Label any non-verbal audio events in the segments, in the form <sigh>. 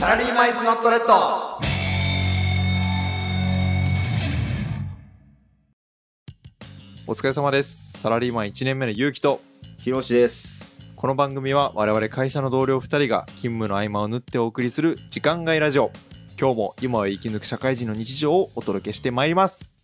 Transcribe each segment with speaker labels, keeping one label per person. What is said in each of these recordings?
Speaker 1: サラリーマイズノットレッド
Speaker 2: お疲れ様です。サラリーマン1年目のゆうきと、
Speaker 1: ひろしです
Speaker 2: この番組は我々会社の同僚2人が勤務の合間を縫ってお送りする時間外ラジオ。今日も今を生き抜く社会人の日常をお届けしてまいります。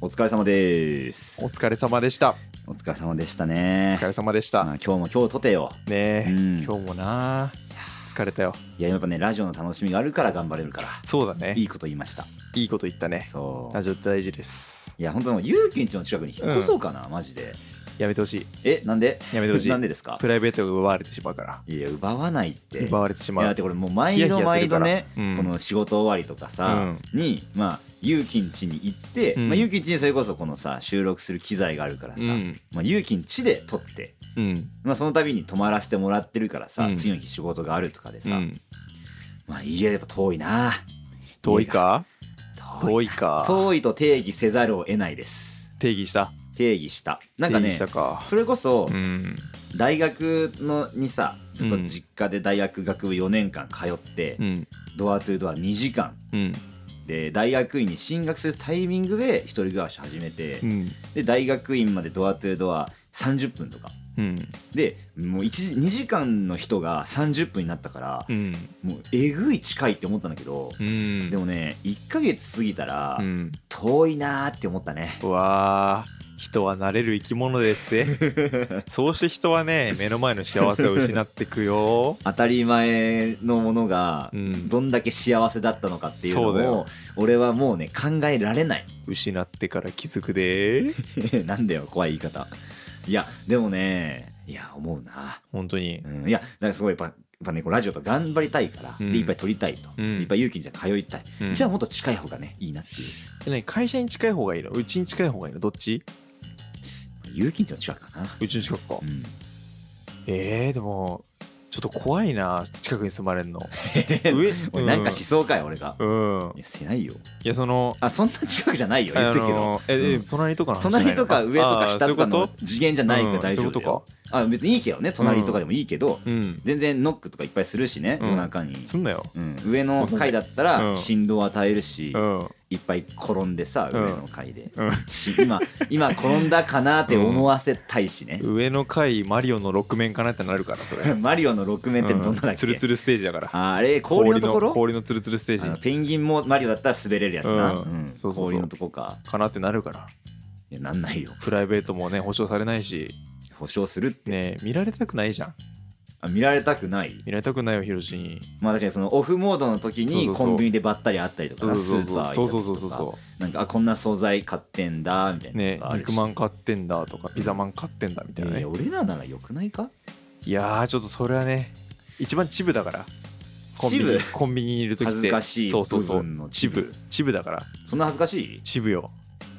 Speaker 1: お疲れ様です
Speaker 2: お疲れ様でした。
Speaker 1: お疲れ様でした
Speaker 2: お
Speaker 1: ね
Speaker 2: 疲れ様で
Speaker 1: <laughs>
Speaker 2: し
Speaker 1: まあ
Speaker 2: た。
Speaker 1: 今日も今日とてよ
Speaker 2: ねえ、
Speaker 1: うん
Speaker 2: 今日もな疲れたよ。
Speaker 1: いややっぱねラジオの楽しみがあるから頑張れるから
Speaker 2: そうだね。
Speaker 1: いいこと言いました
Speaker 2: いいこと言ったね。
Speaker 1: そう
Speaker 2: ラジオって大事です。
Speaker 1: いや本当もうゆうきんちの近くに引っ越そうかな、マジで
Speaker 2: やめてほしい。
Speaker 1: えなんで
Speaker 2: やめてほしい
Speaker 1: なんでですか
Speaker 2: プライベートが奪われてしまうから。
Speaker 1: いや奪わないって
Speaker 2: 奪われてし
Speaker 1: いや
Speaker 2: ま
Speaker 1: だっ
Speaker 2: う
Speaker 1: て。これもう毎
Speaker 2: ヒヤヒヤす
Speaker 1: 度
Speaker 2: る
Speaker 1: 毎度ね
Speaker 2: からうん
Speaker 1: この仕事終わりとかさ、にまあゆうきんちに行って、
Speaker 2: うん
Speaker 1: まあ、ゆうきんちにそれこそこのさ収録する機材があるからさ、
Speaker 2: うん。
Speaker 1: まあ、ゆうきんちで撮って、
Speaker 2: うん。
Speaker 1: まあ、その度に泊まらせてもらってるからさ、
Speaker 2: うん
Speaker 1: 次の日仕事があるとかで
Speaker 2: う
Speaker 1: さ、
Speaker 2: ん。
Speaker 1: まあ家やっぱ遠いな
Speaker 2: 遠いか
Speaker 1: 遠
Speaker 2: 遠
Speaker 1: い
Speaker 2: いか。
Speaker 1: 遠いと定義せざるを得ないです
Speaker 2: 定義した。
Speaker 1: 定義したなんか
Speaker 2: 定
Speaker 1: ね
Speaker 2: 義したか。
Speaker 1: それこそ、
Speaker 2: うん。
Speaker 1: 大学のにさずっと
Speaker 2: うん
Speaker 1: 実家で大学学部4年間通って、
Speaker 2: うん。
Speaker 1: ドアトゥドア2時間
Speaker 2: うん。
Speaker 1: で大学院に進学するタイミングで一人暮らし始めて、
Speaker 2: うん。
Speaker 1: で大学院までドアトゥドア30分とか
Speaker 2: うん。
Speaker 1: でもう1時2時間の人が30分になったから
Speaker 2: う、ん。
Speaker 1: もうえぐい近いって思ったんだけど、
Speaker 2: うん。
Speaker 1: でもね1ヶ月過ぎたら、
Speaker 2: うん。
Speaker 1: 遠いなーって思ったね
Speaker 2: うわー。人は慣れる生き物ですぜそうして人はね目の前の幸せを失ってくよ
Speaker 1: 当たり前のものが
Speaker 2: うん
Speaker 1: どんだけ幸せだったのかっていうの
Speaker 2: そうだ
Speaker 1: を
Speaker 2: よ
Speaker 1: 俺はもうね考えられない <laughs>
Speaker 2: 失ってから気づくでー
Speaker 1: なんだよ怖い言い方いやでもねいや思うな
Speaker 2: 本当に
Speaker 1: うん、いやだからすごいやっぱやっぱねこうラジオやっぱ頑張りたいから、
Speaker 2: うん
Speaker 1: でいっぱい撮りたいと、
Speaker 2: うん
Speaker 1: いっぱい勇気にじゃ通いたい、
Speaker 2: うん
Speaker 1: じゃあもっと近い方がねいいなっていう
Speaker 2: え何会社に近い方がいいのうちに近い方がいいのどっち
Speaker 1: 勇気んちの近くかな、
Speaker 2: うちの近くか
Speaker 1: うん、
Speaker 2: えー、でもちょっと怖いな近くに住まれんの
Speaker 1: 俺
Speaker 2: 上
Speaker 1: なんか思想かい俺が、
Speaker 2: うん
Speaker 1: いやせないよ
Speaker 2: いやその
Speaker 1: あそんな近くじゃないよ言ってるけど、
Speaker 2: あのーえ、え
Speaker 1: うん
Speaker 2: 隣とかの話じゃない
Speaker 1: 隣
Speaker 2: の
Speaker 1: とか上とか下とか
Speaker 2: あー
Speaker 1: の
Speaker 2: そういうこ
Speaker 1: 次元じゃないから大丈
Speaker 2: うんそ
Speaker 1: 夫
Speaker 2: ういう
Speaker 1: だ
Speaker 2: こ
Speaker 1: よ、あ別にいいけどね隣とかでもいいけど、
Speaker 2: とうん
Speaker 1: 全然ノックとかいっぱいするしね、
Speaker 2: うん
Speaker 1: 夜中に、
Speaker 2: すんなよ
Speaker 1: うん、上の階だった
Speaker 2: う
Speaker 1: ら
Speaker 2: ん
Speaker 1: 振動を与えるし、
Speaker 2: うん
Speaker 1: いっぱい転んでさ
Speaker 2: うん
Speaker 1: 上の階で、
Speaker 2: うん
Speaker 1: し今今転んだかなって思わせたいしね、
Speaker 2: 上の階マリオの6面かなってなるからそ
Speaker 1: <laughs>
Speaker 2: れ
Speaker 1: マリオの6面ってどんなだっけ、
Speaker 2: うんツルツルステージだから
Speaker 1: ああれ氷のところ
Speaker 2: 氷のツルツルステ
Speaker 1: あ
Speaker 2: ー
Speaker 1: の
Speaker 2: ジ
Speaker 1: ペンギンもマリオだったら滑れるやつな、
Speaker 2: うん
Speaker 1: うん
Speaker 2: そうそうそう
Speaker 1: 氷のとこか
Speaker 2: かなってなるから
Speaker 1: いやなんないよ
Speaker 2: プライベートもね保証されないし
Speaker 1: 保証するって、
Speaker 2: ねえ見られたくないじゃん
Speaker 1: あ見られたくない
Speaker 2: 見られたくないよヒロシに
Speaker 1: まあ確かにそのオフモードの時
Speaker 2: そ
Speaker 1: にコ
Speaker 2: うそうそう
Speaker 1: ンビニでばったり会ったりとか
Speaker 2: そう
Speaker 1: なス
Speaker 2: そう
Speaker 1: ーパー
Speaker 2: そうそう
Speaker 1: 行
Speaker 2: そう
Speaker 1: った
Speaker 2: そ
Speaker 1: りとか
Speaker 2: うそ
Speaker 1: なんかあこんな惣菜買ってんだみたいうな
Speaker 2: ね
Speaker 1: のがあるし
Speaker 2: 肉まん買ってんだとかピザまん買ってんだみたいなね
Speaker 1: えー俺らならよくないか
Speaker 2: いやーちょっとそれはね一番チブだからコンビ
Speaker 1: チ
Speaker 2: ニ
Speaker 1: ブ
Speaker 2: コンビニにいる時って
Speaker 1: 恥ずかしい
Speaker 2: そうそうそ
Speaker 1: 部分
Speaker 2: う
Speaker 1: の
Speaker 2: チ
Speaker 1: チブ
Speaker 2: ブチブだから
Speaker 1: そんな恥ずかしい
Speaker 2: チブよ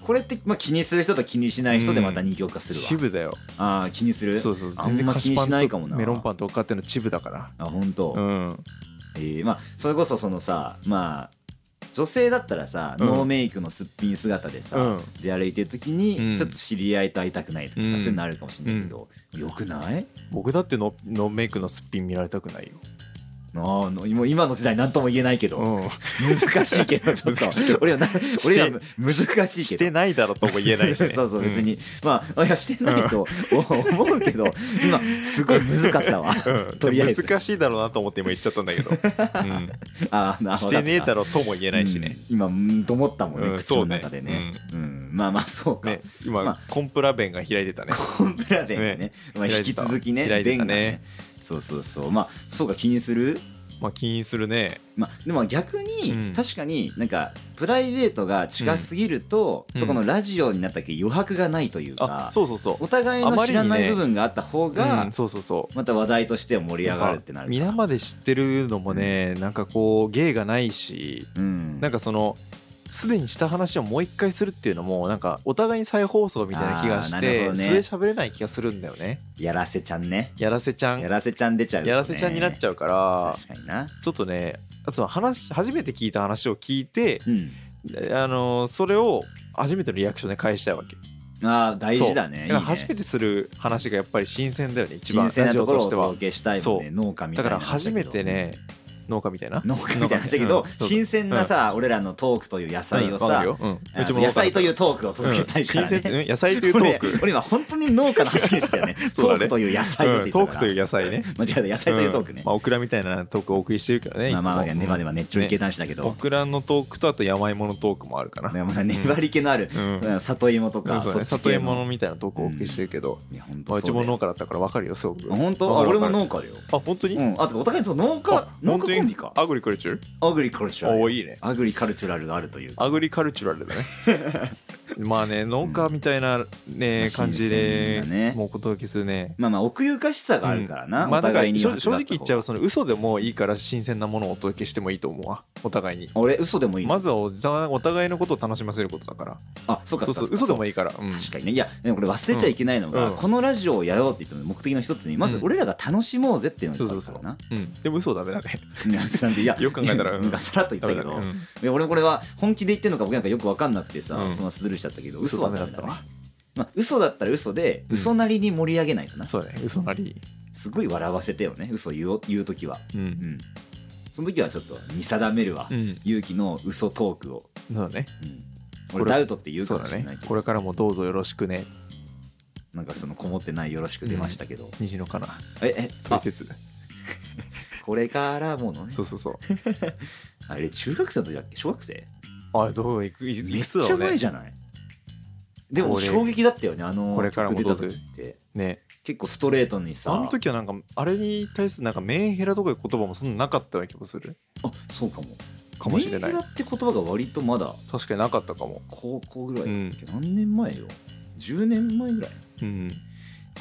Speaker 1: これって、まあ、気にする人と気にしない人でまた二極化するわ、
Speaker 2: チブだよ
Speaker 1: ああ気にする
Speaker 2: そうそう
Speaker 1: あんま
Speaker 2: 菓
Speaker 1: 気
Speaker 2: 子
Speaker 1: にしないか
Speaker 2: パ
Speaker 1: も
Speaker 2: ン
Speaker 1: な
Speaker 2: とメロンパンとかってんのチブだから
Speaker 1: あ本当、
Speaker 2: うん
Speaker 1: えーまあそれこそそのさまあ女性だったらさ、
Speaker 2: うん
Speaker 1: ノーメイクのすっぴん姿でさ、
Speaker 2: うん
Speaker 1: で歩いてる時
Speaker 2: う
Speaker 1: に
Speaker 2: ん
Speaker 1: ちょっと知り合いと会いたくないとかさ、
Speaker 2: うん
Speaker 1: そういうのあるかもしれないけど、よくない
Speaker 2: 僕だってノノーメイクのすっぴん見られたくないよ。
Speaker 1: ああのもう今の時代何とも言えないけど、
Speaker 2: う
Speaker 1: 難しいけどちょっと
Speaker 2: <laughs> 難しいけど
Speaker 1: 俺はな俺ら難
Speaker 2: ん、
Speaker 1: しい
Speaker 2: し
Speaker 1: け
Speaker 2: て
Speaker 1: ど。
Speaker 2: ないだろとも言えないし、
Speaker 1: <laughs>
Speaker 2: ね、
Speaker 1: そうそう別
Speaker 2: ん、
Speaker 1: に、まあいやしてない
Speaker 2: <laughs>
Speaker 1: とお思うけど、今すごい難かったわ <laughs>
Speaker 2: うん
Speaker 1: とりあえず
Speaker 2: 難しいだろうなと思って今言っちゃったん
Speaker 1: <laughs>
Speaker 2: だけど、うん、
Speaker 1: あーな
Speaker 2: してねえだ
Speaker 1: ろ
Speaker 2: ろとも言えないしね,、
Speaker 1: 今うんと思ったもんね、
Speaker 2: うん
Speaker 1: 口の中でねうん、まあまあそうか、
Speaker 2: ね今、
Speaker 1: ま
Speaker 2: コンプラ弁が開いてたね
Speaker 1: コンプラでね
Speaker 2: ね
Speaker 1: まあ、
Speaker 2: 開
Speaker 1: 引
Speaker 2: い
Speaker 1: き
Speaker 2: てた
Speaker 1: 続きね
Speaker 2: 開いて
Speaker 1: 弁
Speaker 2: た
Speaker 1: が
Speaker 2: ね
Speaker 1: そうそうそうまあそうか気にする
Speaker 2: まあ起因するね
Speaker 1: まあ、でも逆に、
Speaker 2: うん
Speaker 1: 確かになんかプライベートが近すぎると、
Speaker 2: うん
Speaker 1: このラジオになったっけ余白がないというか、
Speaker 2: あそうそうそう
Speaker 1: お互いの知らない
Speaker 2: あまりに
Speaker 1: 部
Speaker 2: ね
Speaker 1: 分があった方が、
Speaker 2: うん、そうそうそう
Speaker 1: また話題としては盛り上がるってなる
Speaker 2: 皆まで知ってるのもね、なんかこう芸がないし
Speaker 1: うん
Speaker 2: なんかそのすでにした話をもう一回するっていうのもなんかお互いに再放送みたいな気がし
Speaker 1: あーなるほ
Speaker 2: て
Speaker 1: ど
Speaker 2: 素
Speaker 1: ね
Speaker 2: で喋れない気がするんだよね
Speaker 1: やらせちゃんね
Speaker 2: やらせちゃん
Speaker 1: や
Speaker 2: や
Speaker 1: らせちゃん出ちゃう、ね、
Speaker 2: らせちゃんになっちゃうから
Speaker 1: 確かにな
Speaker 2: ちょっとねその話初めて聞いた話を聞いて、
Speaker 1: うん
Speaker 2: あのーそれを初めてのリアクションで返したいわけ
Speaker 1: ああ大事だね
Speaker 2: そう
Speaker 1: いい
Speaker 2: だから
Speaker 1: ね
Speaker 2: 初めてする話がやっぱり新鮮だよね一番
Speaker 1: 新鮮な
Speaker 2: ラジ
Speaker 1: と
Speaker 2: オ
Speaker 1: ころを
Speaker 2: とし
Speaker 1: お
Speaker 2: ては
Speaker 1: 届けしたいもんね農家みた
Speaker 2: だ
Speaker 1: い
Speaker 2: か
Speaker 1: な
Speaker 2: ら初めてね農家みたいな
Speaker 1: 農家みたいな話だけ
Speaker 2: う
Speaker 1: ど
Speaker 2: ん、そう
Speaker 1: 新鮮なさ、俺らのトークという野菜を
Speaker 2: うんわか
Speaker 1: さ
Speaker 2: る、ようん
Speaker 1: あ
Speaker 2: うちも
Speaker 1: の野菜といううトークを届けたいから
Speaker 2: 新鮮
Speaker 1: ね。
Speaker 2: うん野菜というト <laughs> ーク
Speaker 1: 俺俺今本当に農家の発言したよ <laughs> ね。
Speaker 2: そう
Speaker 1: トーク
Speaker 2: だね
Speaker 1: という野菜をって
Speaker 2: う
Speaker 1: 言
Speaker 2: ん
Speaker 1: っ
Speaker 2: トー
Speaker 1: たから
Speaker 2: クという野菜ね
Speaker 1: <laughs> 間違えた野菜というトークね
Speaker 2: ん。まあオクラみたいなトークをお送りしてるからねいつ
Speaker 1: まあ
Speaker 2: も
Speaker 1: まあ、ねまあで
Speaker 2: うん
Speaker 1: もね、ちょい系男子だけ
Speaker 2: オ
Speaker 1: ど。
Speaker 2: クラのトークとあと山芋のトークもあるかな
Speaker 1: でもね粘り気のある
Speaker 2: うん
Speaker 1: うん里芋とか、
Speaker 2: そう
Speaker 1: そ
Speaker 2: だね
Speaker 1: っち
Speaker 2: 里
Speaker 1: 系
Speaker 2: 芋の
Speaker 1: の。
Speaker 2: みたいなトークをお送りしてるけど
Speaker 1: いや、本
Speaker 2: まあ
Speaker 1: 当
Speaker 2: うちも農家だったからわかるよすごく
Speaker 1: 本当あ
Speaker 2: わか
Speaker 1: 俺
Speaker 2: る
Speaker 1: も
Speaker 2: わかる
Speaker 1: 農家だよ。
Speaker 2: あ本当に
Speaker 1: うん、あとお互いその農
Speaker 2: あ
Speaker 1: 家農
Speaker 2: 本当
Speaker 1: 家
Speaker 2: に
Speaker 1: コンビか
Speaker 2: アグリカルチュー
Speaker 1: アグリカルチュラ
Speaker 2: お
Speaker 1: ル
Speaker 2: ーいいね
Speaker 1: アグリカルチュラルがあるという
Speaker 2: アグリカルチュラルだねまあね農家みたいなね、
Speaker 1: うん
Speaker 2: 感じ
Speaker 1: 新
Speaker 2: で、
Speaker 1: 鮮だね
Speaker 2: もうお届けするね
Speaker 1: まあまあ奥ゆかしさがあるからな、
Speaker 2: まあ
Speaker 1: お
Speaker 2: だから
Speaker 1: 互いに
Speaker 2: 正正直言っちゃ
Speaker 1: う
Speaker 2: うその嘘でもいいから新鮮なものをお届けしてもいいと思うわお互いに
Speaker 1: 俺嘘でもいいの、
Speaker 2: まずはお互いお互いのことを楽しませることだから
Speaker 1: あそうか
Speaker 2: そう
Speaker 1: そ
Speaker 2: そうう
Speaker 1: か
Speaker 2: 嘘で
Speaker 1: い
Speaker 2: もいいから、うん
Speaker 1: 確かにねいやでもこれ忘れちゃいけないのが、
Speaker 2: うん
Speaker 1: このラジオをやろうって言った目的の一つにまず
Speaker 2: うん
Speaker 1: 俺らが楽しもうぜっていうの
Speaker 2: そ
Speaker 1: が
Speaker 2: う
Speaker 1: あ
Speaker 2: そ
Speaker 1: る
Speaker 2: うそ
Speaker 1: か
Speaker 2: う
Speaker 1: らな、、
Speaker 2: うん、でも嘘はダメだね
Speaker 1: いやなんでいや
Speaker 2: よく考えたらうん
Speaker 1: なんかさらっと言っ
Speaker 2: ダ
Speaker 1: て
Speaker 2: メ
Speaker 1: た
Speaker 2: だ
Speaker 1: けど、
Speaker 2: ねうん
Speaker 1: いや俺もこれは本気で言ってるのか僕なんかよく分かんなくてさ、
Speaker 2: うん
Speaker 1: そのスルーしちゃったけど嘘
Speaker 2: 嘘
Speaker 1: は
Speaker 2: ダ
Speaker 1: ダ
Speaker 2: メ
Speaker 1: メ
Speaker 2: だ
Speaker 1: だ
Speaker 2: った
Speaker 1: な
Speaker 2: わ
Speaker 1: まあ、嘘だったら嘘で
Speaker 2: うん
Speaker 1: 嘘なりに盛り上げないとな、
Speaker 2: そうだね嘘なり
Speaker 1: すごい笑わせてよね嘘言おう言う時は
Speaker 2: う、
Speaker 1: うんんその時はちょっと見定めるわ、
Speaker 2: うん、
Speaker 1: 勇気の嘘トークを、
Speaker 2: そうだね
Speaker 1: うん
Speaker 2: こ
Speaker 1: 俺
Speaker 2: れ
Speaker 1: ダウトって言う
Speaker 2: そ
Speaker 1: かも
Speaker 2: うだ
Speaker 1: しれ
Speaker 2: ね
Speaker 1: ないけど、
Speaker 2: これからもどうぞよろしくね
Speaker 1: なんかそのこもってないよろしく出ましたけど、
Speaker 2: 虹のかな
Speaker 1: ええあ
Speaker 2: ト説
Speaker 1: これからものね
Speaker 2: そうそうそう
Speaker 1: あれ中学生の時だっけ小学生
Speaker 2: あどういくいい
Speaker 1: めっ
Speaker 2: くつ
Speaker 1: ち
Speaker 2: だろ
Speaker 1: ゃ
Speaker 2: う
Speaker 1: 前
Speaker 2: ね
Speaker 1: じゃないでも
Speaker 2: これ
Speaker 1: 衝撃だったよねあの
Speaker 2: これからも
Speaker 1: 曲
Speaker 2: ど
Speaker 1: 出
Speaker 2: う
Speaker 1: た
Speaker 2: ぞ
Speaker 1: 時って
Speaker 2: ね
Speaker 1: 結構ストレートにさ
Speaker 2: あの時はなんかあれに対するなんかメンヘラとかいう言葉もそんななかったような気もする
Speaker 1: あそうかも
Speaker 2: かもしれない
Speaker 1: メンヘラって言葉が割とまだ
Speaker 2: 確かになかったかも
Speaker 1: 高校ぐらい、
Speaker 2: うん
Speaker 1: 何年前よ10年前ぐらい
Speaker 2: うん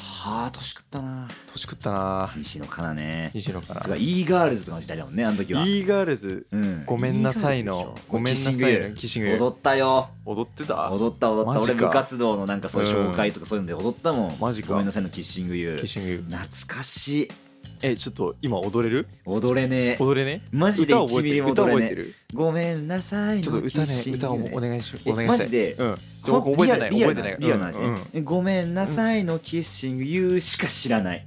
Speaker 1: はあ年食ったな
Speaker 2: 年食ったな
Speaker 1: 西野カナね
Speaker 2: 西野か
Speaker 1: とから E ガールズとかの時代だもんねあの時は、
Speaker 2: e ガールズ
Speaker 1: うん
Speaker 2: ごめんなさいの
Speaker 1: E-girls
Speaker 2: ごめんなさい
Speaker 1: キッシングユ
Speaker 2: の
Speaker 1: ー
Speaker 2: キッシングユー
Speaker 1: 踊ったよ
Speaker 2: 踊ってた
Speaker 1: 踊った踊った
Speaker 2: マジ
Speaker 1: 俺
Speaker 2: か
Speaker 1: 部活動のなんかそういう紹介とかそういうので踊ったもん、
Speaker 2: マジか
Speaker 1: ごめんなさいのキッシングユ
Speaker 2: キッ
Speaker 1: ー
Speaker 2: シングユー
Speaker 1: 懐かしい
Speaker 2: えちょっと今踊れる
Speaker 1: 踊れねえ
Speaker 2: 踊れね
Speaker 1: マジで
Speaker 2: 歌
Speaker 1: 1
Speaker 2: 覚え
Speaker 1: ミ
Speaker 2: て
Speaker 1: リ
Speaker 2: る
Speaker 1: も
Speaker 2: 歌
Speaker 1: 踊れ
Speaker 2: 覚
Speaker 1: ね
Speaker 2: えて
Speaker 1: え
Speaker 2: る
Speaker 1: ごめんなさいの
Speaker 2: ちょっと歌ね
Speaker 1: キッシングユー
Speaker 2: 歌をお願いし
Speaker 1: え
Speaker 2: お願いした
Speaker 1: マ
Speaker 2: い
Speaker 1: ジで
Speaker 2: うん
Speaker 1: こ
Speaker 2: 僕覚えてない
Speaker 1: リア
Speaker 2: 覚
Speaker 1: ル
Speaker 2: えてない
Speaker 1: リアルな話ね
Speaker 2: うんうん
Speaker 1: えごめんなさいのキッシングユーしか知らない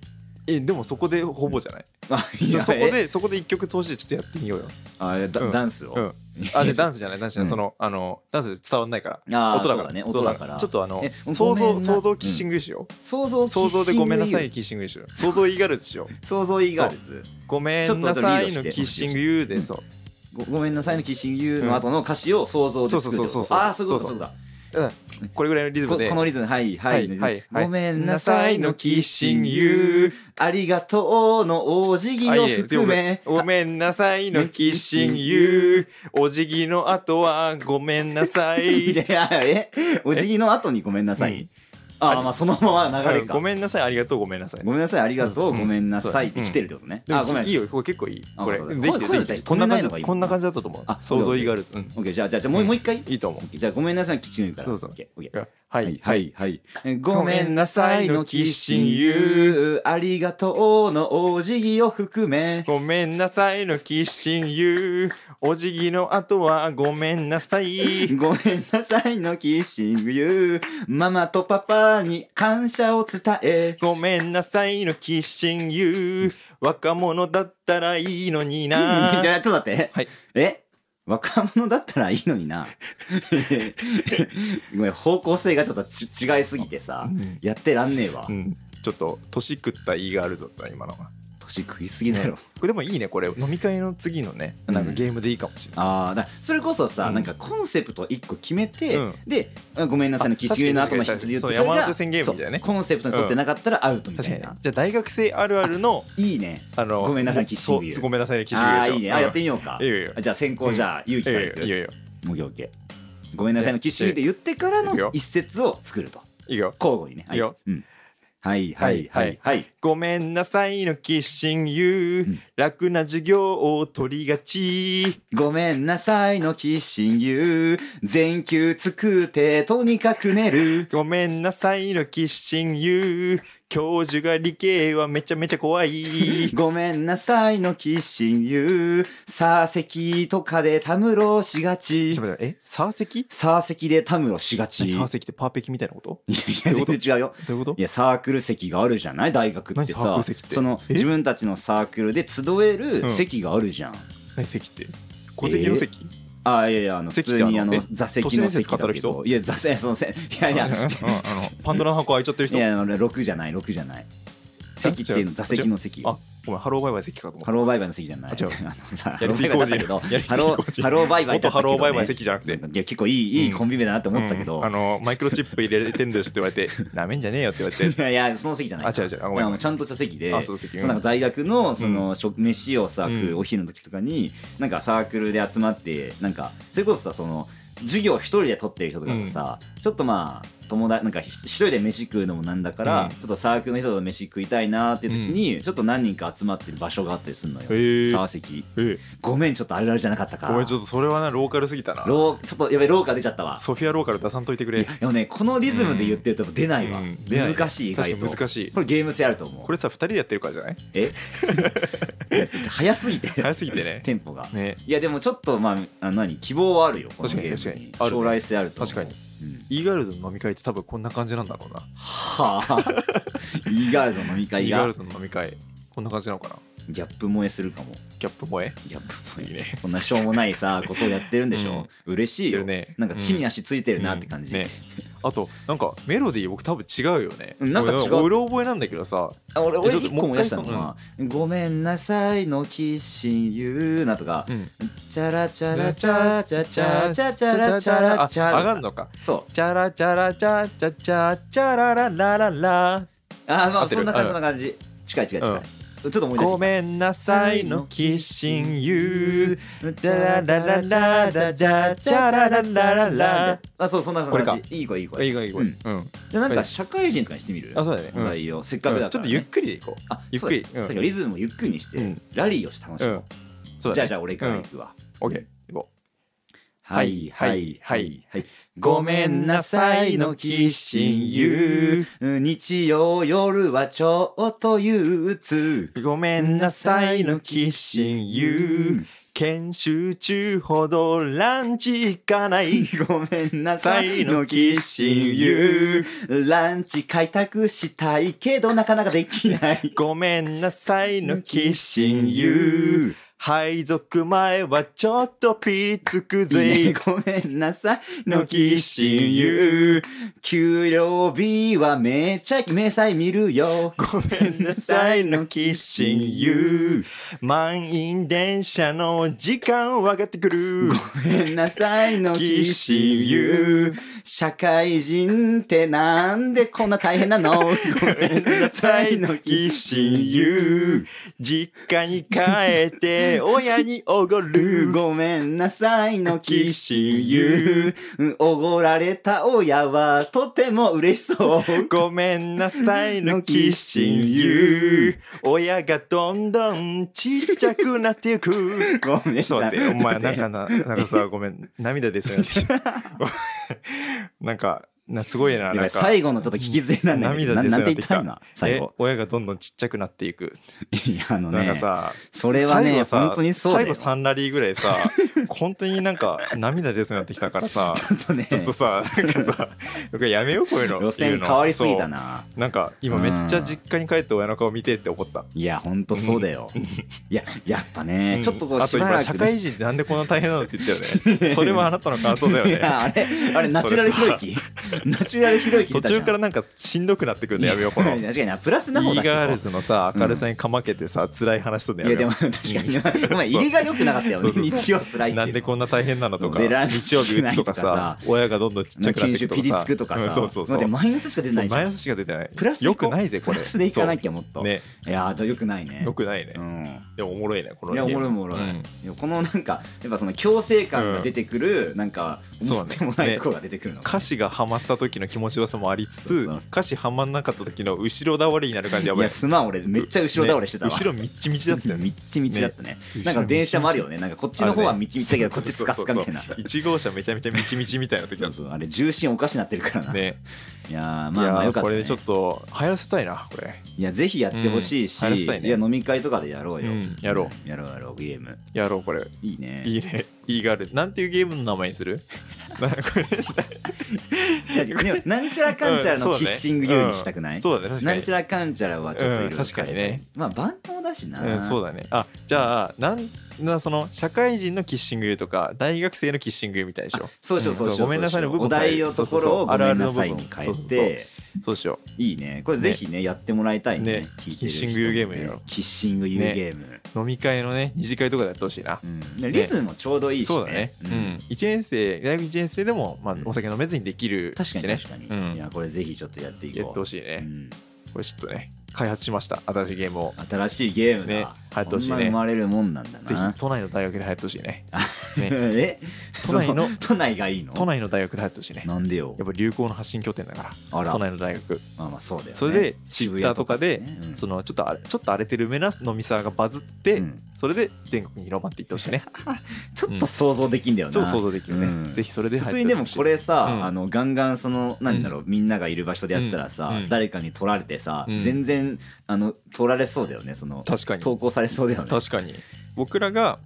Speaker 2: えでもそこでほぼじゃない
Speaker 1: <laughs> あ
Speaker 2: そそこ
Speaker 1: え
Speaker 2: でそこで一曲通してちょっとやってみようよ
Speaker 1: あえだ
Speaker 2: うん
Speaker 1: ダンスを、
Speaker 2: うんあでダンスじゃないダンスじゃない、
Speaker 1: うん
Speaker 2: そのあのダンスで伝わんないから
Speaker 1: あー
Speaker 2: 音だか
Speaker 1: そう
Speaker 2: ら
Speaker 1: ね
Speaker 2: そ
Speaker 1: 音
Speaker 2: う
Speaker 1: だから
Speaker 2: ちょっとあの
Speaker 1: え
Speaker 2: 想
Speaker 1: ご
Speaker 2: 像
Speaker 1: めんな
Speaker 2: 想像キッシングしよう、
Speaker 1: 想像
Speaker 2: 想像でごめんなさい
Speaker 1: キッシングユー
Speaker 2: キッシングしよう想像イーガルズしよう
Speaker 1: 想像以外です
Speaker 2: ごめんなさいのキッシングユーでそう
Speaker 1: ごごめんなさいのキッシングユーの後の歌詞を想像で作るってこと
Speaker 2: そうそうそうそう
Speaker 1: ああそういうことそ
Speaker 2: そうう
Speaker 1: いうこと
Speaker 2: うんこれぐらいのリズム
Speaker 1: だこ
Speaker 2: で
Speaker 1: このリズムはいはい、
Speaker 2: はいはいはい
Speaker 1: ごめんなさいのキッシングユーありがとうのお辞儀
Speaker 2: あ
Speaker 1: を
Speaker 2: いえ
Speaker 1: 含め
Speaker 2: ごめんなさいのキッシングユーお辞儀の後はごめんな
Speaker 1: <laughs>
Speaker 2: さ
Speaker 1: い
Speaker 2: い
Speaker 1: やえお辞儀の後にごめんなさい、
Speaker 2: うん
Speaker 1: ああまあそのまま流れ
Speaker 2: うん
Speaker 1: か
Speaker 2: ごめんなさいありがとうごめんなさい
Speaker 1: ごめんなさいありがとう、
Speaker 2: うん
Speaker 1: ごめんなさいって
Speaker 2: そう
Speaker 1: 来てるってことね、
Speaker 2: でも
Speaker 1: あごめん
Speaker 2: いいよこれ結構いい
Speaker 1: あ
Speaker 2: これ
Speaker 1: 本当だ
Speaker 2: できてる
Speaker 1: 声
Speaker 2: できて
Speaker 1: 声
Speaker 2: るこん
Speaker 1: 止め
Speaker 2: な感
Speaker 1: ないの
Speaker 2: じ
Speaker 1: がいいのかな
Speaker 2: こんな感じだったと思
Speaker 1: あ
Speaker 2: う想像イーガルズうん
Speaker 1: OK じゃあじゃあじゃあもう,、
Speaker 2: うん
Speaker 1: もう一回
Speaker 2: いいと思う
Speaker 1: OK じゃあごめんなさいのキッシングユーから
Speaker 2: そうそう
Speaker 1: OK OK
Speaker 2: は
Speaker 1: はい
Speaker 2: い
Speaker 1: はいはい。ごめんなさいのキッシンユー、ありがとうのお辞儀を含め、
Speaker 2: ごめんなさいのキッシンユーお辞儀の後はごめんなさい
Speaker 1: <laughs> ごめんなさいのキッシングユー、ママとパパに感謝を伝え、
Speaker 2: ごめんなさいのキッシンユー若者だったらいいの
Speaker 1: <laughs>
Speaker 2: に
Speaker 1: じ
Speaker 2: な
Speaker 1: ゃあちょっと待って。
Speaker 2: はい
Speaker 1: え若者だったらいいのにな。 <laughs> ごめん、方向性がちょっとち違いすぎてさ
Speaker 2: う、ん
Speaker 1: やってらんねえわ
Speaker 2: う。んちょっと年食ったイーガールズだったな今のは
Speaker 1: 年食いすぎだろ。
Speaker 2: これでもいいねこれ飲み会の次のねなんかゲームでいいかもしれない
Speaker 1: ああだそれこそさ、
Speaker 2: うん
Speaker 1: なんかコンセプト1個決めて、
Speaker 2: うん
Speaker 1: であごめんなさいのキッシングの後の必要
Speaker 2: あ確かにそう
Speaker 1: が
Speaker 2: 山手線ゲームみたいなね
Speaker 1: そうコンセプトに沿ってなかったらアウトみた
Speaker 2: 確か
Speaker 1: い
Speaker 2: に
Speaker 1: な、
Speaker 2: じゃあ大学生あるあるの
Speaker 1: いいね
Speaker 2: あの
Speaker 1: ごめんなさいキッシングユー
Speaker 2: そうごめんなさいキッシングユ
Speaker 1: ああ
Speaker 2: ーでしょ
Speaker 1: いいねあ
Speaker 2: うん
Speaker 1: やってみようか
Speaker 2: いいよいいよ
Speaker 1: じゃあ先行じゃあ勇気からい
Speaker 2: いいよいい
Speaker 1: く
Speaker 2: よいいよ
Speaker 1: もうオッケーごめんなさいのキッシングで言ってから
Speaker 2: いい
Speaker 1: の
Speaker 2: よ
Speaker 1: 一節を作ると
Speaker 2: いいよ
Speaker 1: 交互にね
Speaker 2: いいよ
Speaker 1: うん、はいはいはいはい
Speaker 2: ごめんなさいのキッシンユー、
Speaker 1: うん
Speaker 2: 楽な授業を取りがち
Speaker 1: ごめんなさいのキッシング全球作ってとにかく寝る
Speaker 2: ごめんなさいのキッシンユー教授が理系はめちゃめちゃ怖い
Speaker 1: ごめんなさいのキッシンユー。サーセキとかでたむろしがち
Speaker 2: ちょ。っと待ってえサーセキ
Speaker 1: サーセキでたむろしが
Speaker 2: サ
Speaker 1: ち。いやい
Speaker 2: ーセキってパーペキみたいなこと
Speaker 1: や、全然違うよ。
Speaker 2: どういうこと
Speaker 1: いや、サークル席があるじゃない大学って
Speaker 2: 何サーク
Speaker 1: さ
Speaker 2: ル席っ。て
Speaker 1: その、
Speaker 2: え
Speaker 1: 自分たちのサークルで集える席があるじゃん。
Speaker 2: 何席って戸籍の席、
Speaker 1: ああいやいやあの普
Speaker 2: 席っ
Speaker 1: 通
Speaker 2: てあの
Speaker 1: にあの
Speaker 2: え
Speaker 1: 座席の
Speaker 2: 都市伝
Speaker 1: 席
Speaker 2: 説語
Speaker 1: だ
Speaker 2: る
Speaker 1: け
Speaker 2: 人
Speaker 1: どいや座席そのせいやいや
Speaker 2: <laughs> あのあのパンドラの箱開いちゃってる
Speaker 1: い
Speaker 2: 人
Speaker 1: や六じゃない六じゃない席っていうの座席の席
Speaker 2: あごめんハローバイバイ席かと思っ
Speaker 1: ハローバイバイの席じゃない
Speaker 2: あ
Speaker 1: <laughs>
Speaker 2: 違う
Speaker 1: のさ
Speaker 2: やりすぎ工事
Speaker 1: ハローバイバイだったけど
Speaker 2: やりす
Speaker 1: ハロー
Speaker 2: ぎ工事
Speaker 1: ハローバイ
Speaker 2: た
Speaker 1: バイだ
Speaker 2: 元
Speaker 1: った
Speaker 2: ハ
Speaker 1: けどね
Speaker 2: ローバイバイ席じゃなくて
Speaker 1: いや結構いいいい
Speaker 2: うん
Speaker 1: コンビ名だなって思ったけど、
Speaker 2: うんあのマイクロチップ入れてんでしょって言われ <laughs> てなめんじゃねえよって言わ <laughs> れて
Speaker 1: いやいやその席じゃない
Speaker 2: あ違う違うあごめん
Speaker 1: いやもうちゃんとした席で
Speaker 2: あそう席うん
Speaker 1: なんか大学のその、食飯をさ食
Speaker 2: う
Speaker 1: うんお昼の時とかになんかサークルで集まってなんかそれこそさその授業一人で取ってる人とかとさ、ちょっとまあ友達なんかひ一人で飯食うのもなんだから、
Speaker 2: うん
Speaker 1: ちょっとサークルの人と飯食いたいなーっていう時に、ちょっと何人か集まってる場所があったりするのよ、
Speaker 2: へー
Speaker 1: サー席
Speaker 2: え
Speaker 1: ごめんちょっとあるあるじゃなかったか
Speaker 2: ごめんちょっとそれはなローカルすぎたな
Speaker 1: ローちょっとやべローカ出ちゃったわ
Speaker 2: ソフィアローカル出さんといてく
Speaker 1: いや
Speaker 2: れ
Speaker 1: でもねこのリズムで言ってると出ないわ、
Speaker 2: うん出ない
Speaker 1: 難しい意
Speaker 2: 確
Speaker 1: 外
Speaker 2: か
Speaker 1: と
Speaker 2: に難しい
Speaker 1: これゲーム性あると思う
Speaker 2: これさ2人でやってるからじゃない
Speaker 1: え早すぎて
Speaker 2: 早すぎ
Speaker 1: <laughs>
Speaker 2: てね
Speaker 1: テンポが
Speaker 2: ね
Speaker 1: いやでもちょっとまああ何希望はあるよこの
Speaker 2: 確かに
Speaker 1: ゲームに
Speaker 2: 確かにある
Speaker 1: 将来性あると思う
Speaker 2: 確かに
Speaker 1: うん、
Speaker 2: イーガールズの飲み会って多分こんな感じなんだろうな
Speaker 1: はあイーガールズの飲み
Speaker 2: イ
Speaker 1: 会
Speaker 2: ーガー
Speaker 1: が
Speaker 2: ルズの飲み会こんな感じなのかな
Speaker 1: ギャップ萌えするかも
Speaker 2: ギャップ萌え
Speaker 1: ギャップ
Speaker 2: いい
Speaker 1: 萌
Speaker 2: ね
Speaker 1: えこんなしょうもないさことをやってるんでしょ、嬉しい
Speaker 2: て
Speaker 1: よ、
Speaker 2: るね
Speaker 1: なんか地に足ついてるなって感じ、
Speaker 2: うんねあとなんかメロディー僕多分違うよね
Speaker 1: うんなんか違う
Speaker 2: 俺俺覚えなんだけどさ
Speaker 1: あ俺俺
Speaker 2: えちょっ
Speaker 1: 一
Speaker 2: と
Speaker 1: 個思い出した
Speaker 2: もう一
Speaker 1: の
Speaker 2: 回
Speaker 1: は「ごめんなさいのキッシンユーな」とか
Speaker 2: うん
Speaker 1: 「チャラチャラチャチャチャチャチャラチャ
Speaker 2: あ
Speaker 1: ラチャラ」
Speaker 2: 上がんのか
Speaker 1: そう
Speaker 2: チャラチャラチャチャチャチャラララララ
Speaker 1: あーま
Speaker 2: 合
Speaker 1: あ
Speaker 2: って
Speaker 1: そ
Speaker 2: る
Speaker 1: んな感
Speaker 2: うん
Speaker 1: じそんな感じ近い近い近い、
Speaker 2: うん
Speaker 1: ちょっと思い出して
Speaker 2: ごめんなさいのキッシンユ
Speaker 1: ー
Speaker 2: チャラララララチャチャラララララ
Speaker 1: あそうそんな
Speaker 2: これか
Speaker 1: 感じいい声いい
Speaker 2: ー
Speaker 1: 声
Speaker 2: いいかいいか
Speaker 1: うん
Speaker 2: うん
Speaker 1: でなんか社会人とかにしてみる
Speaker 2: あそうだねうん
Speaker 1: 内容せっかくだから、ね
Speaker 2: ちょっとゆっくりでいこう
Speaker 1: あ
Speaker 2: ゆっくり
Speaker 1: そうだ
Speaker 2: う
Speaker 1: だ
Speaker 2: ん
Speaker 1: からリズムをゆっくりにして、
Speaker 2: うん
Speaker 1: ラリーをして楽し
Speaker 2: う
Speaker 1: む、
Speaker 2: んそう
Speaker 1: じゃ
Speaker 2: だ
Speaker 1: あ
Speaker 2: ね
Speaker 1: じゃあ俺から行くわ、
Speaker 2: オッケー行こ
Speaker 1: はいはいはいはい。ごめんなさいのキッシンユー。日曜夜はちょっと憂鬱。
Speaker 2: うごめんなさいのキッシンユー研修中ほどランチ行か <laughs> ない
Speaker 1: ごめんなさいのキッシンユー。ランチ開拓したいけどなかなかできない。
Speaker 2: ごめんなさいのキッシンユー
Speaker 1: ー。
Speaker 2: 配属前はちょっとピリつ
Speaker 1: いい
Speaker 2: く
Speaker 1: ね
Speaker 2: ぜ
Speaker 1: ごめんなさいのキッシンユー。給料日はめちゃ明細見るよ。
Speaker 2: ごめんなさいのキッシンユー満員電車の時間分かってくる
Speaker 1: ごめんなさいのキッシーユー社会人ってなんでこんな大変なのごめんなさいのキッシーユ
Speaker 2: ー実家に帰って親にお
Speaker 1: ー
Speaker 2: ごる
Speaker 1: ごめんなさいのキッシーユーおごられた親はとても嬉しそう
Speaker 2: ごめんなさいのキッシンユー親がどんどんちっちゃくなっていく
Speaker 1: ごめんな
Speaker 2: ちょっと
Speaker 1: さ
Speaker 2: 待
Speaker 1: い
Speaker 2: って、お前、なんかな、なんかさ、ごめん、涙出そうになってきた。なんか、な、すごいな、
Speaker 1: やば
Speaker 2: なん
Speaker 1: い
Speaker 2: か。
Speaker 1: 最後のちょっと聞きずれなんだけど
Speaker 2: 涙
Speaker 1: な
Speaker 2: 出
Speaker 1: な
Speaker 2: そうんになって
Speaker 1: 言
Speaker 2: て
Speaker 1: っ
Speaker 2: き
Speaker 1: た
Speaker 2: た。
Speaker 1: 今最
Speaker 2: え
Speaker 1: 後
Speaker 2: 親がどんどんちっちゃくなっていく。
Speaker 1: いやあの
Speaker 2: なん
Speaker 1: ね
Speaker 2: かさ、
Speaker 1: それは
Speaker 2: 最
Speaker 1: ね
Speaker 2: 後さ
Speaker 1: 本当にそうだ
Speaker 2: 最
Speaker 1: よ
Speaker 2: 後3ラリーぐら
Speaker 1: <laughs>
Speaker 2: いさ、本当になんか涙出そうになってきたか
Speaker 1: <laughs>
Speaker 2: らさ、
Speaker 1: ちょっとね
Speaker 2: ちょっとさ、なんかさ、僕やめよう、こういうの。
Speaker 1: <laughs> 路
Speaker 2: 言う
Speaker 1: 線
Speaker 2: の
Speaker 1: 変わりすぎた。な
Speaker 2: そうなんか、今めっちゃ実家に帰って親の顔見てって思った。
Speaker 1: いや、ほんとそうだよ。いや、やっぱね、ちょっとこ
Speaker 2: う
Speaker 1: うん
Speaker 2: あ
Speaker 1: し
Speaker 2: と
Speaker 1: ば
Speaker 2: 今、
Speaker 1: ら
Speaker 2: 社
Speaker 1: くね、
Speaker 2: 会人ってなんでこんな大変なのって言ったよ
Speaker 1: <laughs>
Speaker 2: ね。それはあなたの感想だよ
Speaker 1: い
Speaker 2: ね。
Speaker 1: <laughs> や、あれ、あれ、ナチュラルひろゆき <laughs> ナチュラルひろゆき出
Speaker 2: 途
Speaker 1: たじゃ
Speaker 2: 中
Speaker 1: ん
Speaker 2: からなんかしんどくなってくるのやめようこの
Speaker 1: い <laughs>
Speaker 2: イ
Speaker 1: や確かにな、プラスな方だ
Speaker 2: ー
Speaker 1: し
Speaker 2: ガールズのさ明るさにかまけてさ、辛い話するの
Speaker 1: いや、
Speaker 2: やめ
Speaker 1: で
Speaker 2: よ
Speaker 1: も、
Speaker 2: う
Speaker 1: 確かに、お前、入りが良くなかったよね。
Speaker 2: そうそうそう
Speaker 1: 日曜つらいっていうの
Speaker 2: なんでこんな大変なのとか
Speaker 1: ベランダ
Speaker 2: 日曜日打つとか
Speaker 1: 少ない
Speaker 2: さ
Speaker 1: と
Speaker 2: 親がどんどんちっちゃくなっ
Speaker 1: 研修
Speaker 2: てくと
Speaker 1: ピ
Speaker 2: か
Speaker 1: リ
Speaker 2: さ
Speaker 1: つくとかさ、
Speaker 2: うんそうそうそ
Speaker 1: 待って
Speaker 2: う
Speaker 1: マイナスしか出てないじ
Speaker 2: マイ
Speaker 1: ゃん。
Speaker 2: ナスしか出てない
Speaker 1: プラスでい
Speaker 2: よ
Speaker 1: こう
Speaker 2: くないぜこれ
Speaker 1: プラスでいかなきゃもっ
Speaker 2: そ
Speaker 1: と。
Speaker 2: うね
Speaker 1: いや、良くないね。
Speaker 2: よくないね、
Speaker 1: うん。
Speaker 2: でもおもろいねこの
Speaker 1: いやお
Speaker 2: ゲー
Speaker 1: も
Speaker 2: ム
Speaker 1: ろいおもろい、
Speaker 2: うん
Speaker 1: いやこのなんかやっぱその強制感が出てくる、なんか
Speaker 2: そう
Speaker 1: 思
Speaker 2: ね
Speaker 1: ってもないところが出てくるのが
Speaker 2: 歌詞がハマった時の気持ちよさもありつつ
Speaker 1: そうそう
Speaker 2: 歌詞ハマんなかった時の後ろ倒れになる感じや
Speaker 1: い
Speaker 2: ばい
Speaker 1: やすまん俺めっちゃ後ろ倒れしてたわ、
Speaker 2: ね後ろみっちみちだったよね
Speaker 1: みっちみちだったね
Speaker 2: ね
Speaker 1: なんか電車もあるよねなんかこっちの方はみちみちだけどこっちスカスカみたいなそう
Speaker 2: 1号車めちゃめちゃみちみちみたいな時だっ
Speaker 1: そうあれ重心おかしなってるからな、
Speaker 2: たね
Speaker 1: いやーまあまあ
Speaker 2: いや
Speaker 1: よ
Speaker 2: ー
Speaker 1: かった、
Speaker 2: これ
Speaker 1: ね、
Speaker 2: でちょっと流行らせたいなこれ
Speaker 1: いやぜひやってほしいし、
Speaker 2: うん話したい
Speaker 1: い
Speaker 2: ね
Speaker 1: や飲み会とかでやろうよ、
Speaker 2: うんやろ
Speaker 1: うんやろうやろうゲーム
Speaker 2: やろうこれ
Speaker 1: いいね
Speaker 2: いいねいいガールなんていうゲームの名前にするなこ
Speaker 1: 確かにでもなんちゃらかんちゃら
Speaker 2: うん
Speaker 1: の
Speaker 2: そう
Speaker 1: キッ
Speaker 2: ね
Speaker 1: シング優にしたくない、
Speaker 2: れそうだね確か
Speaker 1: なん
Speaker 2: に
Speaker 1: ちゃらかんちゃらはちょっといろいろ
Speaker 2: うん確かにね
Speaker 1: まあ万能要だしな、
Speaker 2: うん、そう
Speaker 1: だ
Speaker 2: だねあじゃあなんなその社会人のキッシングとか大学生のキッシングみたいでしょ
Speaker 1: そうしようそうしよう
Speaker 2: ごめんなさいの部分
Speaker 1: お題のところをご
Speaker 2: そうそうそうある
Speaker 1: め
Speaker 2: あ
Speaker 1: ん
Speaker 2: る
Speaker 1: な
Speaker 2: の部
Speaker 1: さ
Speaker 2: 分
Speaker 1: いに変え
Speaker 2: そうそう
Speaker 1: て
Speaker 2: そうそうしよ
Speaker 1: いいねこれぜひねやってもらいたいね
Speaker 2: ね
Speaker 1: 聞いてる人
Speaker 2: キッシン
Speaker 1: に
Speaker 2: グ
Speaker 1: ね
Speaker 2: ゲームやろ
Speaker 1: キッシング U ゲ
Speaker 2: ね
Speaker 1: ーム、
Speaker 2: う飲み会のね二次会とかでやってほしいな、
Speaker 1: うんねリズムもちょうどいいし、ね、
Speaker 2: そうだね、うん一年生大学1年生でも、まあ、お酒飲めずにできる
Speaker 1: 確か
Speaker 2: し
Speaker 1: に
Speaker 2: ね
Speaker 1: 確かに、
Speaker 2: うん
Speaker 1: いやこれぜひちょっとやっていこう
Speaker 2: やってほしいうね、
Speaker 1: ん
Speaker 2: これちょっとね開発しました新しいゲームを
Speaker 1: 新しいゲームだ、
Speaker 2: ね入ってほしい
Speaker 1: こ
Speaker 2: ね
Speaker 1: んな生まれるもんなんだな
Speaker 2: ぜひ都内の大学で流行ってほしいねね
Speaker 1: <laughs> え
Speaker 2: 都内の
Speaker 1: そ都内がいいの <laughs>
Speaker 2: 都内の大学で流行ってほしいね
Speaker 1: なんでよ
Speaker 2: やっぱ流行の発信拠点だか
Speaker 1: あ
Speaker 2: ら
Speaker 1: ら
Speaker 2: 都内の大学
Speaker 1: まあまあそうだよ、ね、
Speaker 2: それでツイ
Speaker 1: 渋
Speaker 2: ッ
Speaker 1: 谷
Speaker 2: ターとかで
Speaker 1: ねうん
Speaker 2: そのちょっとあれちょっと荒れてるめな飲みさがバズって、
Speaker 1: うん
Speaker 2: それで全国に広まっていってほしいね
Speaker 1: ちょっと想像できんだよな、
Speaker 2: ちょっと想像できるね、
Speaker 1: うん
Speaker 2: ぜひそれで
Speaker 1: 普通にでもこれさ、
Speaker 2: うん
Speaker 1: あのガンガンその何だろう、みんながいる場所でやってたらさ、
Speaker 2: うん
Speaker 1: 誰かに取られてさ、
Speaker 2: うん
Speaker 1: 全然あの取られそうだよねその
Speaker 2: 確かに
Speaker 1: 投稿されそうだよね
Speaker 2: 確かに僕らが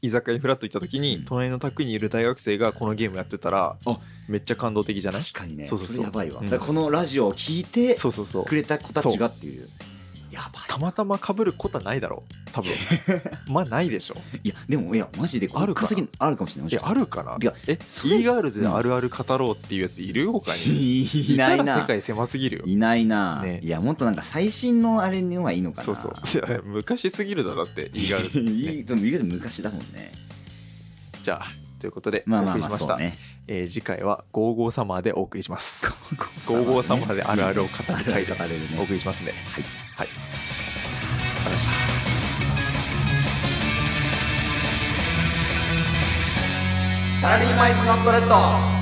Speaker 2: 居酒屋にフラッと行った時に隣の宅にいる大学生がこのゲームやってたら
Speaker 1: あ
Speaker 2: めっちゃ感動的じゃない
Speaker 1: 確かにね
Speaker 2: そうそうそう
Speaker 1: れやばいわ、
Speaker 2: うん
Speaker 1: だからこのラジオを聞いて
Speaker 2: そうそうそう
Speaker 1: くれた子たちがっていうやば
Speaker 2: たまたま被ることはないだろう多
Speaker 1: <laughs>
Speaker 2: 分まあないでしょ
Speaker 1: いいやでもいやマジで
Speaker 2: あるかな
Speaker 1: 稼ぎあるかもしれないも
Speaker 2: い
Speaker 1: し
Speaker 2: や
Speaker 1: かした
Speaker 2: あ
Speaker 1: ら
Speaker 2: るかない
Speaker 1: や
Speaker 2: え
Speaker 1: それ
Speaker 2: e ガールズであるある語ろうっていうやついる他に
Speaker 1: <laughs> いない
Speaker 2: たら
Speaker 1: な
Speaker 2: 世界狭すぎるよ
Speaker 1: いないな、
Speaker 2: ね
Speaker 1: いやもっとなんか最新のあれのがいいのかな
Speaker 2: そ
Speaker 1: <laughs>
Speaker 2: うそういや昔すぎるだろだって e ガールズ、
Speaker 1: い
Speaker 2: ね、
Speaker 1: いでもいいけど昔だもんね
Speaker 2: じゃあということでお
Speaker 1: まあまあ
Speaker 2: 送り
Speaker 1: ま
Speaker 2: し
Speaker 1: あ
Speaker 2: まし
Speaker 1: そ
Speaker 2: た
Speaker 1: うね
Speaker 2: えー次回は「ゴーゴーサマー」でお送りします「ゴ
Speaker 1: ゴ
Speaker 2: ー
Speaker 1: ー
Speaker 2: ゴ
Speaker 1: ゴ
Speaker 2: ー
Speaker 1: ー
Speaker 2: サ
Speaker 1: サマ
Speaker 2: マー」
Speaker 1: ー
Speaker 2: で
Speaker 1: ね
Speaker 2: あるあるを語る回と
Speaker 1: あるあるね
Speaker 2: お送りしますねはいはい
Speaker 1: サラリーマイズノットレッド